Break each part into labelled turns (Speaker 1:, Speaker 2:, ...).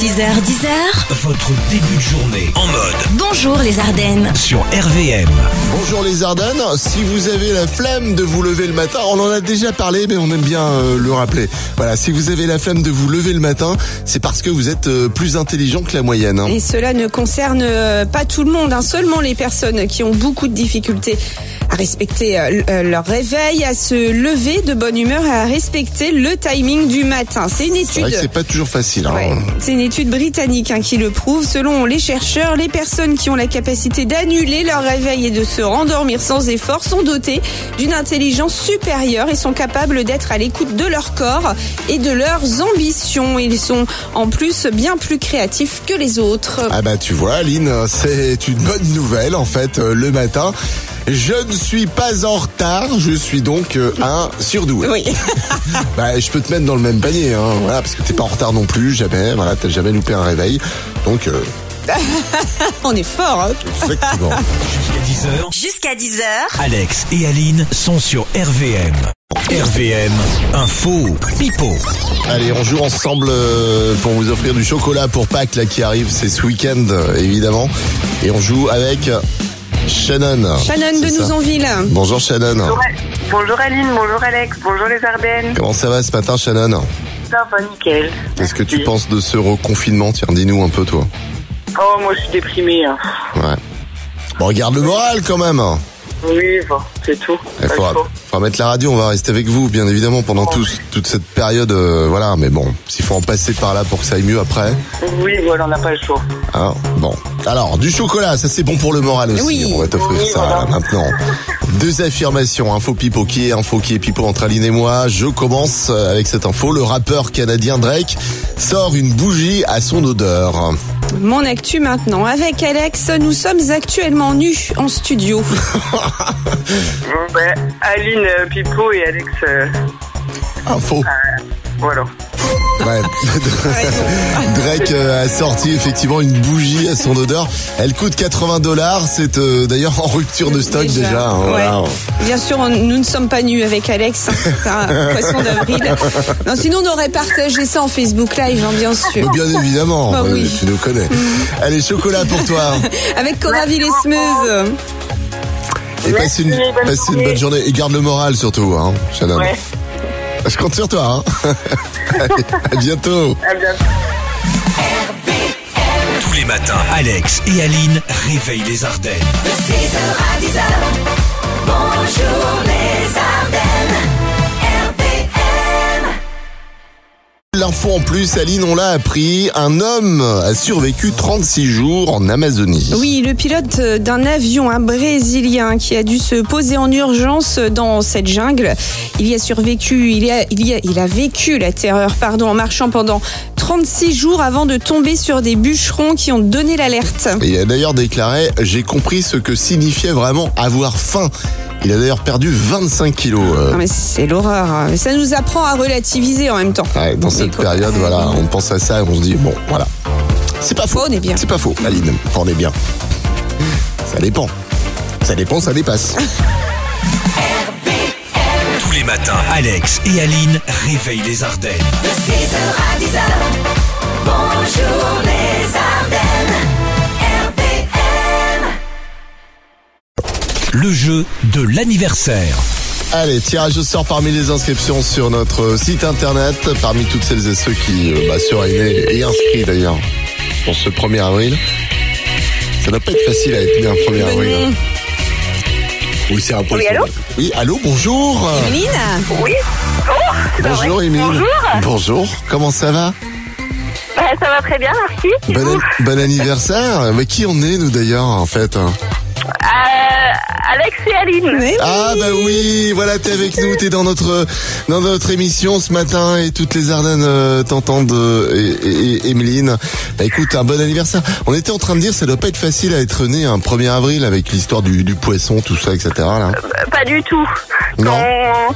Speaker 1: 6h10h,
Speaker 2: Votre début de journée en mode
Speaker 1: bonjour les Ardennes.
Speaker 2: sur RVM.
Speaker 3: Bonjour les Ardennes, si vous avez la flemme de vous lever le matin, on en a déjà parlé mais on aime bien euh, le rappeler. Voilà, si vous avez la flemme de vous lever le matin, c'est parce que vous êtes euh, plus intelligent que la moyenne. hein.
Speaker 4: Et cela ne concerne euh, pas tout le monde, hein, seulement les personnes qui ont beaucoup de difficultés à respecter euh, l- euh, leur réveil, à se lever de bonne humeur et à respecter le timing du matin. C'est une
Speaker 3: C'est vrai
Speaker 4: étude.
Speaker 3: que c'est pas toujours facile. hein.
Speaker 4: Ouais, C'est une étude britannique hein, qui le prouve. Selon les chercheurs, les personnes qui ont la capacité d'annuler leur réveil et de se rendormir sans effort sont dotées d'une intelligence supérieure et sont capables d'être à l'écoute de leur corps et de leurs ambitions. Ils sont en plus bien plus créatifs que les autres.
Speaker 3: Ah bah tu vois Aline, c'est une bonne nouvelle en fait euh, le matin. Je ne suis pas en retard, je suis donc euh, un surdoué.
Speaker 4: Oui.
Speaker 3: Bah, je peux te mettre dans le même panier, hein, voilà, parce que t'es pas en retard non plus, jamais, voilà, t'as jamais loupé un réveil. Donc, euh,
Speaker 4: On est fort. hein.
Speaker 3: effectivement.
Speaker 2: Jusqu'à
Speaker 1: Jusqu'à
Speaker 2: 10h,
Speaker 1: 10h,
Speaker 2: Alex et Aline sont sur RVM. RVM, info, pipo.
Speaker 3: Allez, on joue ensemble euh, pour vous offrir du chocolat pour Pâques là qui arrive, c'est ce week-end euh, évidemment. Et on joue avec Shannon.
Speaker 4: Shannon de
Speaker 3: C'est ça.
Speaker 4: Nouzonville.
Speaker 3: Bonjour Shannon.
Speaker 5: Bonjour, Bonjour Aline, bonjour Alex, bonjour les Ardennes.
Speaker 3: Comment ça va ce matin Shannon
Speaker 5: Ça va, nickel.
Speaker 3: Qu'est-ce que tu
Speaker 5: Merci.
Speaker 3: penses de ce reconfinement Tiens, dis-nous un peu toi.
Speaker 5: Oh, moi je suis déprimée. hein.
Speaker 3: Ouais. Bon, regarde le moral quand même.
Speaker 5: Oui, bon, c'est tout.
Speaker 3: Il
Speaker 5: Pas
Speaker 3: faudra,
Speaker 5: le choix.
Speaker 3: faudra mettre la radio, on va rester avec vous bien évidemment pendant tout- toute cette période. euh, voilà, mais bon, s'il faut en passer par là pour que ça aille mieux après.
Speaker 5: Oui, voilà, on n'a pas le choix.
Speaker 3: Hein, bon. Alors, du chocolat, ça c'est bon pour le moral aussi.
Speaker 4: Oui.
Speaker 3: On va t'offrir
Speaker 5: Oui,
Speaker 3: ça
Speaker 5: voilà.
Speaker 3: là, maintenant. Deux affirmations, info pipo qui est info qui est pipo entre Aline et moi. Je commence euh, avec cette info. Le rappeur canadien Drake sort une bougie à son odeur.
Speaker 4: Mon actu maintenant. Avec Alex, nous sommes actuellement nus en studio.
Speaker 5: Bon, ben, Aline, euh, Pipo et Alex, euh,
Speaker 3: Info.
Speaker 4: Ah.
Speaker 5: voilà.
Speaker 3: Ouais. Drake euh, a sorti effectivement une bougie à son odeur. Elle coûte 80 dollars. C'est euh, d'ailleurs en rupture de stock déjà. hein,
Speaker 4: Ouais.
Speaker 3: voilà.
Speaker 4: Bien sûr, on- nous ne sommes pas nus avec Alex. hein. C'est un poisson d'avril. Non, sinon, on aurait partagé ça en Facebook Live, hein, bien sûr.
Speaker 3: Mais bien évidemment,
Speaker 4: Bah
Speaker 3: euh,
Speaker 4: oui. Mm.
Speaker 3: tu nous connais. Allez, chocolat pour toi.
Speaker 4: Avec Cora Villesmeuse.
Speaker 3: Et passe
Speaker 5: Merci,
Speaker 3: une,
Speaker 5: bonne
Speaker 3: passe une
Speaker 5: journée.
Speaker 3: bonne journée et garde le moral surtout, hein, Shannon.
Speaker 5: Ouais,
Speaker 3: Je compte sur toi. Hein. Allez, à bientôt.
Speaker 5: à bientôt.
Speaker 2: Tous les matins, Alex et Aline réveillent les Ardennes.
Speaker 6: De 6h à 10h, bonjour les Ardennes, RPM.
Speaker 3: L'info en plus, Aline, on l'a appris. Un homme a survécu 36 jours en Amazonie.
Speaker 4: Oui, le pilote d'un avion, un Brésilien, qui a dû se poser en urgence dans cette jungle. Il y a survécu, il, y a, il, y a, il a vécu la terreur pardon, en marchant pendant 36 jours avant de tomber sur des bûcherons qui ont donné l'alerte.
Speaker 3: Et il a d'ailleurs déclaré J'ai compris ce que signifiait vraiment avoir faim. Il a d'ailleurs perdu 25 kilos. euh,
Speaker 4: Non, mais c'est l'horreur. hein. Mais Ça nous apprend à relativiser en même temps.
Speaker 3: ouais, dans
Speaker 4: Mais
Speaker 3: cette
Speaker 4: quoi.
Speaker 3: période, voilà, on pense à ça et on se dit Bon, voilà. C'est pas faux.
Speaker 4: On est bien.
Speaker 3: C'est pas faux, Aline. On est bien. Ça dépend. Ça dépend, ça dépasse.
Speaker 2: Tous les matins, Alex et Aline réveillent les Ardennes.
Speaker 6: De 6h à 10h, bonjour les Ardennes, RPM.
Speaker 2: Le jeu de l'anniversaire.
Speaker 3: Allez, tirage au sort parmi les inscriptions sur notre site internet, parmi toutes celles et ceux qui euh, bah, seraient nés et inscrits d'ailleurs pour ce 1er avril. Ça doit pas être facile à être né un 1er avril. hein. Oui, c'est impossible.
Speaker 5: Oui, allô
Speaker 3: Oui, allô, bonjour.
Speaker 4: Lina
Speaker 5: Oui, oh, c'est pas
Speaker 3: Bonjour
Speaker 5: vrai.
Speaker 3: Émile.
Speaker 5: Bonjour,
Speaker 3: Bonjour, comment ça va
Speaker 5: Bah, ça va très bien, merci. Et
Speaker 3: bon,
Speaker 5: vous
Speaker 3: an- bon anniversaire. Mais qui on est nous d'ailleurs en fait hein
Speaker 5: Euh, Alex et Aline.
Speaker 4: Oui.
Speaker 3: Ah bah oui, voilà t'es avec nous, t'es dans notre dans notre émission ce matin et toutes les Ardennes euh, t'entendent euh, et, et, et Emeline. Bah écoute, un bon anniversaire. On était en train de dire ça doit pas être facile à être né un 1er avril avec l'histoire du, du poisson, tout ça, etc. Là.
Speaker 5: Euh, Pas du tout.
Speaker 3: Non.
Speaker 5: On-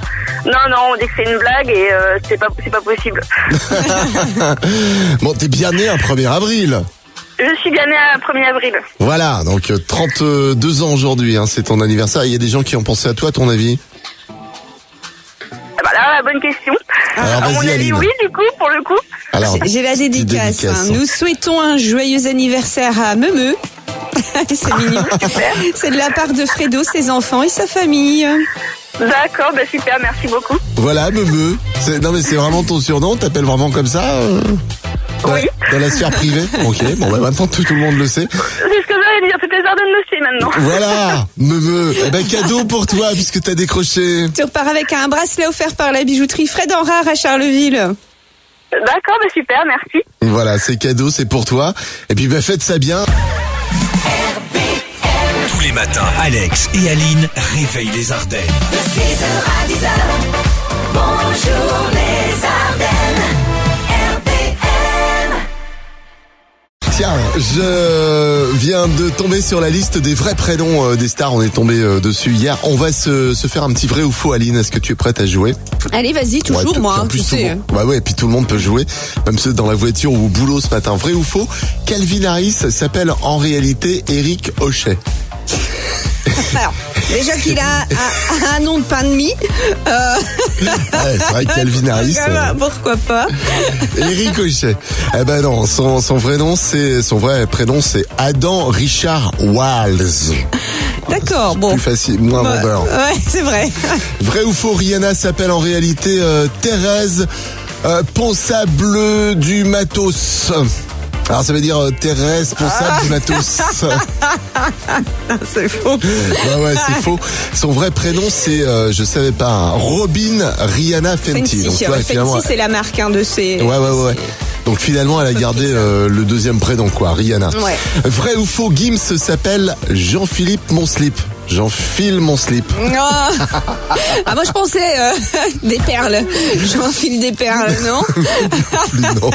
Speaker 5: Non, non, on dit que c'est une blague et euh, c'est pas, c'est pas possible.
Speaker 3: Bon, t'es bien né un 1er avril.
Speaker 5: Je suis bien née à 1er avril.
Speaker 3: Voilà, donc euh, 32 ans aujourd'hui, hein, c'est ton anniversaire. Il y a des gens qui ont pensé à toi, à ton avis
Speaker 5: Ah Bah là, pas la bonne question.
Speaker 3: Alors,
Speaker 5: à mon
Speaker 3: vas-y,
Speaker 5: avis,
Speaker 3: Aline.
Speaker 5: oui, du coup, pour le coup.
Speaker 3: Alors,
Speaker 4: J'ai la
Speaker 3: petite
Speaker 4: dédicace.
Speaker 3: dédicace.
Speaker 4: hein. Nous souhaitons un joyeux anniversaire à Memeux. C'est mignon. C'est de la part de Fredo, ses enfants et sa famille.
Speaker 5: D'accord, bah super, merci beaucoup.
Speaker 3: Voilà, Memeux. C'est- Non, mais c'est vraiment ton surnom. T'appelles vraiment comme ça euh, dans,
Speaker 5: Oui.
Speaker 3: dans la sphère privée. Ok, bon, bah, maintenant tout, tout le monde le sait.
Speaker 5: C'est ce que j'allais dire, toutes les heures de aussi maintenant.
Speaker 3: Voilà, Memeux. Eh ben, cadeau pour toi puisque t'as décroché.
Speaker 4: Tu repars avec un bracelet offert par la bijouterie Fred en rare à Charleville.
Speaker 5: D'accord, bah super, merci.
Speaker 3: Voilà, c'est cadeau, c'est pour toi. Et puis, bah, faites ça bien.
Speaker 2: Tous les matins, Alex et Aline réveillent les Ardennes.
Speaker 6: De 6h à 10h, bonjour les Ardennes, RPM.
Speaker 3: Tiens, je viens de tomber sur la liste des vrais prénoms euh, des stars. On est tombé euh, dessus hier. On va se, se faire un petit vrai ou faux, Aline. Est-ce que tu es prête à jouer
Speaker 4: Allez, vas-y, toujours
Speaker 3: Ouais, tout-
Speaker 4: moi,
Speaker 3: en
Speaker 4: hein,
Speaker 3: plus,
Speaker 4: tu
Speaker 3: tout le
Speaker 4: sais.
Speaker 3: monde- Bah ouais, et puis tout le monde peut jouer, même ceux dans la voiture ou au boulot ce matin. Vrai ou faux Calvin Harris s'appelle en réalité Eric Hochet.
Speaker 4: Alors, déjà qu'il a un, un nom de pain de mie. euh,
Speaker 3: Ouais, c'est vrai que Calvin Harris.
Speaker 4: quand
Speaker 3: euh,
Speaker 4: même, pourquoi pas
Speaker 3: Eric Hochet. Eh ben non, son, son vrai nom c'est son vrai prénom c'est Adam Richard Walls.
Speaker 4: D'accord, bon.
Speaker 3: Plus facile, moins
Speaker 4: Bah,
Speaker 3: vendeur.
Speaker 4: ouais, c'est vrai.
Speaker 3: Vrai ou faux, Rihanna s'appelle en réalité euh, Thérèse euh, Ponsable du Matos. Alors ça veut dire euh, Thérèse Ponsable
Speaker 4: Ah.
Speaker 3: du Matos.
Speaker 4: c'est faux.
Speaker 3: ouais ouais, c'est faux. Son vrai prénom c'est, euh, je savais pas, hein, Robin Rihanna Fenty.
Speaker 4: Fenty,
Speaker 3: Donc, tu vois,
Speaker 4: ouais,
Speaker 3: finalement,
Speaker 4: Fenty, c'est la marque hein, de ces.
Speaker 3: Ouais, ouais, ouais. ouais. Donc finalement, elle a gardé euh, le deuxième prénom, quoi, Rihanna.
Speaker 4: Ouais.
Speaker 3: Vrai ou faux, Gims s'appelle Jean-Philippe Monslip. J'enfile mon slip.
Speaker 4: Oh. Ah, moi je pensais euh, des perles. J'enfile des perles, non
Speaker 3: Non.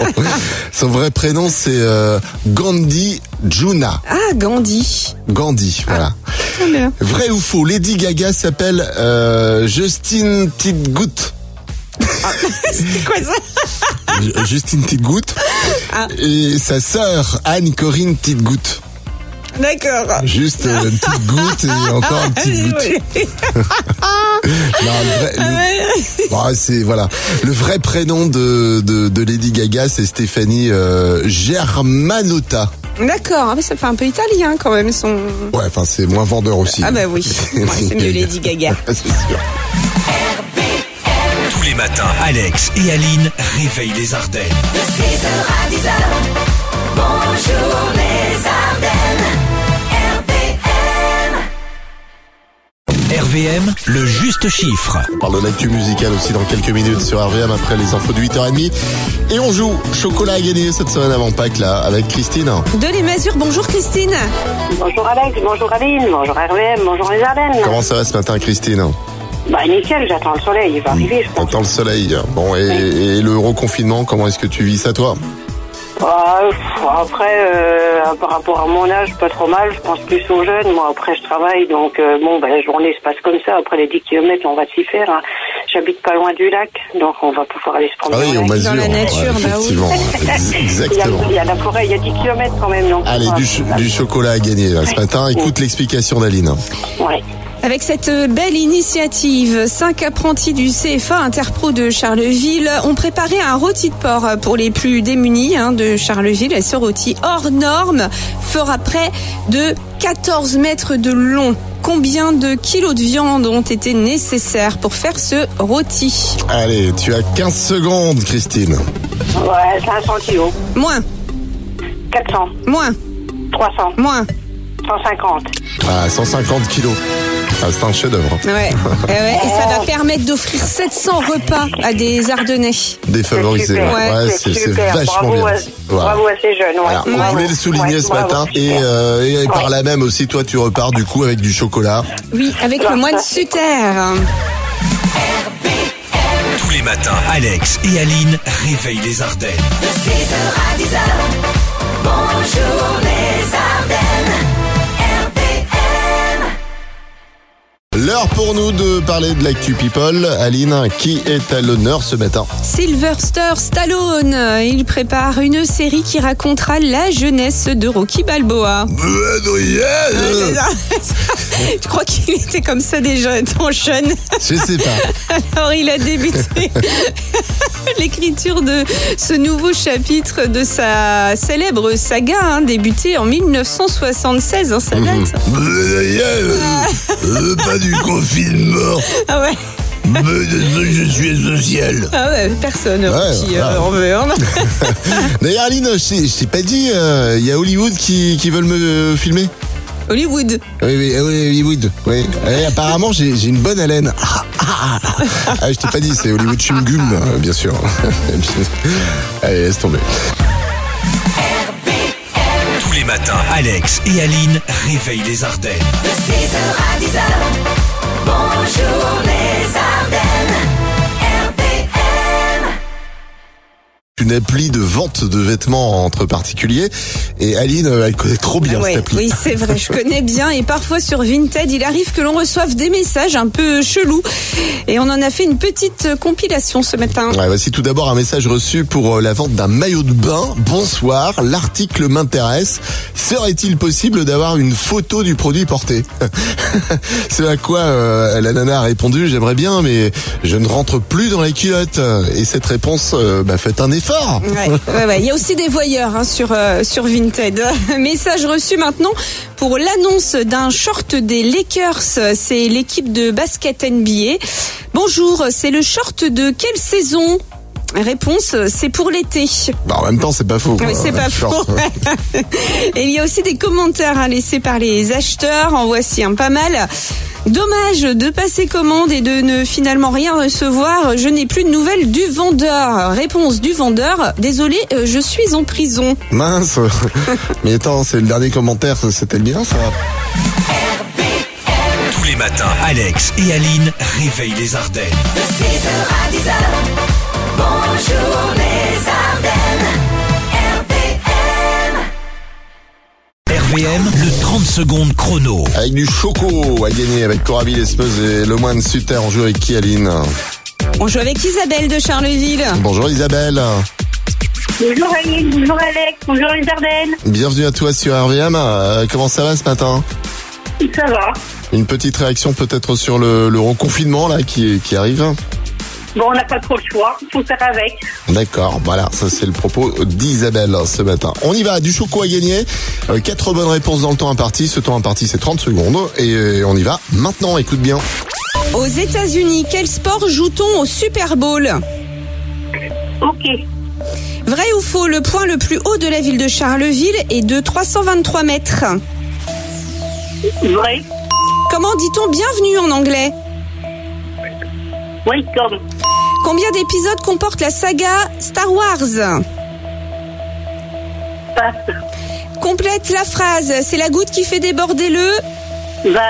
Speaker 3: Son vrai prénom, c'est euh, Gandhi Juna.
Speaker 4: Ah, Gandhi.
Speaker 3: Gandhi, voilà.
Speaker 4: Ah.
Speaker 3: Vrai ou faux, Lady Gaga s'appelle euh, Justine Petite Goutte.
Speaker 4: C'est quoi ça
Speaker 3: Ju- Justine Petite Goutte.
Speaker 4: Ah.
Speaker 3: Et sa sœur, Anne-Corinne Petite Goutte.
Speaker 4: D'accord.
Speaker 3: Juste euh, une petite goutte et encore une petite
Speaker 4: Ah,
Speaker 3: goutte. Non, le vrai- le- Bon, c'est voilà. Le vrai prénom de, de, de Lady Gaga, c'est Stéphanie euh, Germanotta.
Speaker 4: D'accord, ah, mais ça fait un peu italien quand même son.
Speaker 3: Ouais, enfin c'est moins vendeur aussi.
Speaker 4: Ah bah oui, Ouais, c'est mieux Lady Gaga.
Speaker 3: c'est sûr.
Speaker 2: Tous les matins, Alex et Aline réveillent les Ardennes.
Speaker 6: De 6h à 10h, bonjour les Ardennes, RPM.
Speaker 2: RVM, le juste chiffre.
Speaker 3: On parle de l'actu musicale aussi dans quelques minutes sur RVM après les infos de 8h30. Et on joue chocolat à gagner cette semaine avant Pâques là avec Christine.
Speaker 4: De les mesures, bonjour Christine.
Speaker 7: Bonjour Alex, bonjour Aline, bonjour RVM, bonjour les Ardennes.
Speaker 3: Comment ça va ce matin Christine
Speaker 7: Bah nickel, j'attends le soleil, il va arriver je pense.
Speaker 3: Hmm, T'entends le soleil. Bon et, et le reconfinement, comment est-ce que tu vis ça toi
Speaker 7: Bah, euh, pff, après, euh, par rapport à mon âge, pas trop mal, je pense plus aux jeunes. Moi après je travaille, donc euh, bon, bah, la journée se passe comme ça. Après les 10 km, on va s'y faire. hein. J'habite pas loin du lac, donc on va pouvoir aller se
Speaker 3: Ah
Speaker 7: promener.
Speaker 3: oui,
Speaker 7: au
Speaker 3: on
Speaker 7: lac.
Speaker 3: mesure.
Speaker 4: la nature, bah oui.
Speaker 3: effectivement, Ex-
Speaker 7: il, y a,
Speaker 3: exactement.
Speaker 7: il y a la forêt, il y a 10 km quand même. Donc
Speaker 3: Allez,
Speaker 7: on
Speaker 3: du,
Speaker 7: va-
Speaker 3: ch- du chocolat à gagner là, ce matin. Écoute l'explication d'Aline.
Speaker 7: Ouais.
Speaker 4: Avec cette belle initiative, cinq apprentis du CFA Interpro de Charleville ont préparé un rôti de porc pour les plus démunis hein, de Charleville. Et ce rôti hors norme fera près de 14 mètres de long. Combien de kilos de viande ont été nécessaires pour faire ce rôti
Speaker 3: Allez, tu as 15 secondes, Christine.
Speaker 7: ouais, 500 kilos,
Speaker 4: Moins,
Speaker 7: 400,
Speaker 4: moins,
Speaker 7: 300,
Speaker 4: moins.
Speaker 7: 150.
Speaker 3: Ah, 150 kilos. Ah, c'est un chef-d'œuvre.
Speaker 4: Ouais. Eh ouais, Et ça va permettre d'offrir 700 repas à des Ardennais.
Speaker 3: Défavorisé.
Speaker 7: C'est super,
Speaker 3: ouais,
Speaker 7: c'est
Speaker 3: c'est c'est
Speaker 7: super.
Speaker 3: vachement
Speaker 7: Bravo
Speaker 3: bien.
Speaker 7: à-
Speaker 3: Voilà.
Speaker 7: Bravo à ces jeunes. ouais.
Speaker 3: Voilà, on
Speaker 7: Bravo.
Speaker 3: voulait le souligner
Speaker 7: Ouais,
Speaker 3: ce
Speaker 7: bravo,
Speaker 3: matin et,
Speaker 7: super.
Speaker 3: euh, et par là même aussi toi tu repars du coup avec du chocolat.
Speaker 4: Oui, avec le moine Suter.
Speaker 2: Tous les matins, Alex et Aline réveillent les Ardennes.
Speaker 6: De 6h à 10h, bonjour les Ardennes, RPM.
Speaker 3: L'heure pour nous de parler de l'actu people. Aline, qui est à l'honneur ce matin
Speaker 4: Sylvester Stallone, il prépare une série qui racontera la jeunesse de Rocky Balboa. Je crois qu'il était comme ça déjà, étant jeune.
Speaker 3: Je sais pas.
Speaker 4: Alors il a débuté l'écriture de ce nouveau chapitre de sa célèbre saga, hein, débutée en 1976. hein, ça date.
Speaker 3: Euh, Pas du confinement,
Speaker 4: Ah ouais,
Speaker 3: mais je suis social.
Speaker 4: ah ouais, personne qui euh,
Speaker 3: ah.
Speaker 4: en veut un.
Speaker 3: D'ailleurs, Aline, je t'ai- je t'ai pas dit, euh, il y a Hollywood qui, qui veulent me euh, filmer
Speaker 4: Hollywood.
Speaker 3: Oui, oui, euh, oui, Hollywood. Oui. Eh, apparemment, j'ai j'ai une bonne haleine. Ah, ah, ah. Ah, je t'ai pas dit, c'est Hollywood Chumgum, euh, bien sûr. Allez, laisse tomber.
Speaker 2: Tous les matins, Alex et Aline réveillent les Ardennes.
Speaker 6: De 6h à 10h, bonjour les Ardennes, RPM.
Speaker 3: Une appli de vente de vêtements entre particuliers. Et Aline, euh, elle connaît trop bien
Speaker 4: Ah ouais,
Speaker 3: cette appli.
Speaker 4: Oui, c'est vrai, je connais bien. Et parfois sur Vinted, il arrive que l'on reçoive des messages un peu chelous. Et on en a fait une petite compilation ce matin.
Speaker 3: Ouais, voici tout d'abord un message reçu pour euh, la vente d'un maillot de bain. Bonsoir, l'article m'intéresse. Serait-il possible d'avoir une photo du produit porté C'est à quoi euh, la nana a répondu J'aimerais bien, mais je ne rentre plus dans les culottes. Et cette réponse, euh, bah, faites un effort.
Speaker 4: Ouais, ouais, ouais. Il y a aussi des voyeurs hein, sur, euh, sur Vinted. Message reçu maintenant pour l'annonce d'un short des Lakers. C'est l'équipe de basket NBA. Bonjour, c'est le short de quelle saison Réponse, c'est pour l'été.
Speaker 3: Bah, en même temps, c'est pas faux. Euh,
Speaker 4: Oui,
Speaker 3: quoi.
Speaker 4: c'est pas
Speaker 3: Short,
Speaker 4: faux. Et il y a aussi des commentaires hein, laissés par les acheteurs. En voici un pas mal. Dommage de passer commande et de ne finalement rien recevoir. Je n'ai plus de nouvelles du vendeur. Réponse du vendeur. Désolé, euh, je suis en prison.
Speaker 3: Mince. mais attends, c'est le dernier commentaire. C'était le bien, ça.
Speaker 2: Tous les matins, Alex et Aline réveillent les Ardennes.
Speaker 6: De 6h à 10h, bonjour les Ardennes, RPM.
Speaker 2: RVM, le 30 secondes chrono.
Speaker 3: Avec du choco à gagner avec Corabil Espeuse et le moine Suter. On joue avec qui, Aline
Speaker 4: On joue avec Isabelle de Charleville.
Speaker 3: Bonjour Isabelle.
Speaker 8: Bonjour Aline, bonjour Alex, bonjour les Ardennes.
Speaker 3: Bienvenue à toi sur RVM. Euh, comment ça va ce matin
Speaker 8: Ça va
Speaker 3: Une petite réaction peut-être sur le, le reconfinement là qui, qui arrive.
Speaker 8: Bon, on n'a pas trop le choix, faut faire avec.
Speaker 3: D'accord, voilà, ça c'est le propos d'Isabelle ce matin. On y va, du choco à gagner. Euh, Quatre bonnes réponses dans le temps imparti. Ce temps imparti c'est 30 secondes. Et euh, on y va maintenant, écoute bien.
Speaker 4: Aux États-Unis, quel sport joue-t-on au Super Bowl
Speaker 8: Ok,
Speaker 4: Vrai ou faux, le point le plus haut de la ville de Charleville est de 323 mètres.
Speaker 8: vrai,
Speaker 4: Comment dit-on bienvenue en anglais
Speaker 8: welcome.
Speaker 4: Combien d'épisodes comporte la saga Star Wars
Speaker 8: Passe,
Speaker 4: Complète la phrase, c'est la goutte qui fait déborder le...
Speaker 8: va,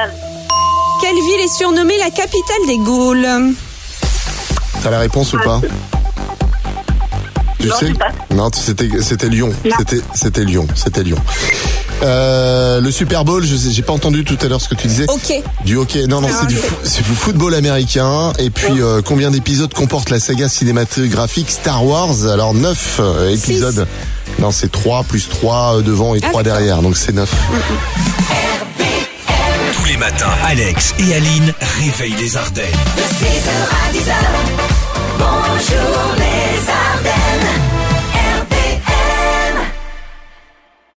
Speaker 4: Quelle ville est surnommée la capitale des Gaules
Speaker 3: T'as la réponse ou pas Tu
Speaker 8: Non,
Speaker 3: sais
Speaker 8: je sais pas.
Speaker 3: Non, tu- c'était c'était Lyon.
Speaker 8: Non.
Speaker 3: C'était c'était Lyon. C'était Lyon. Euh, le Super Bowl, je sais- j'ai pas entendu tout à l'heure ce que tu disais.
Speaker 4: Ok.
Speaker 3: Du hockey, non, non, c'est
Speaker 8: Ah,
Speaker 3: du, fo- c'est du football américain. Et puis, euh, combien d'épisodes comporte la saga cinématographique Star Wars Alors, 9
Speaker 4: Six.
Speaker 3: épisodes. Non, c'est 3 plus 3 devant et
Speaker 4: Ah,
Speaker 3: 3
Speaker 4: d'accord.
Speaker 3: derrière. Donc, c'est 9.
Speaker 2: Tous les matins, Alex et Aline réveillent les Ardennes.
Speaker 6: De 6h à 10h, bonjour les Ardennes.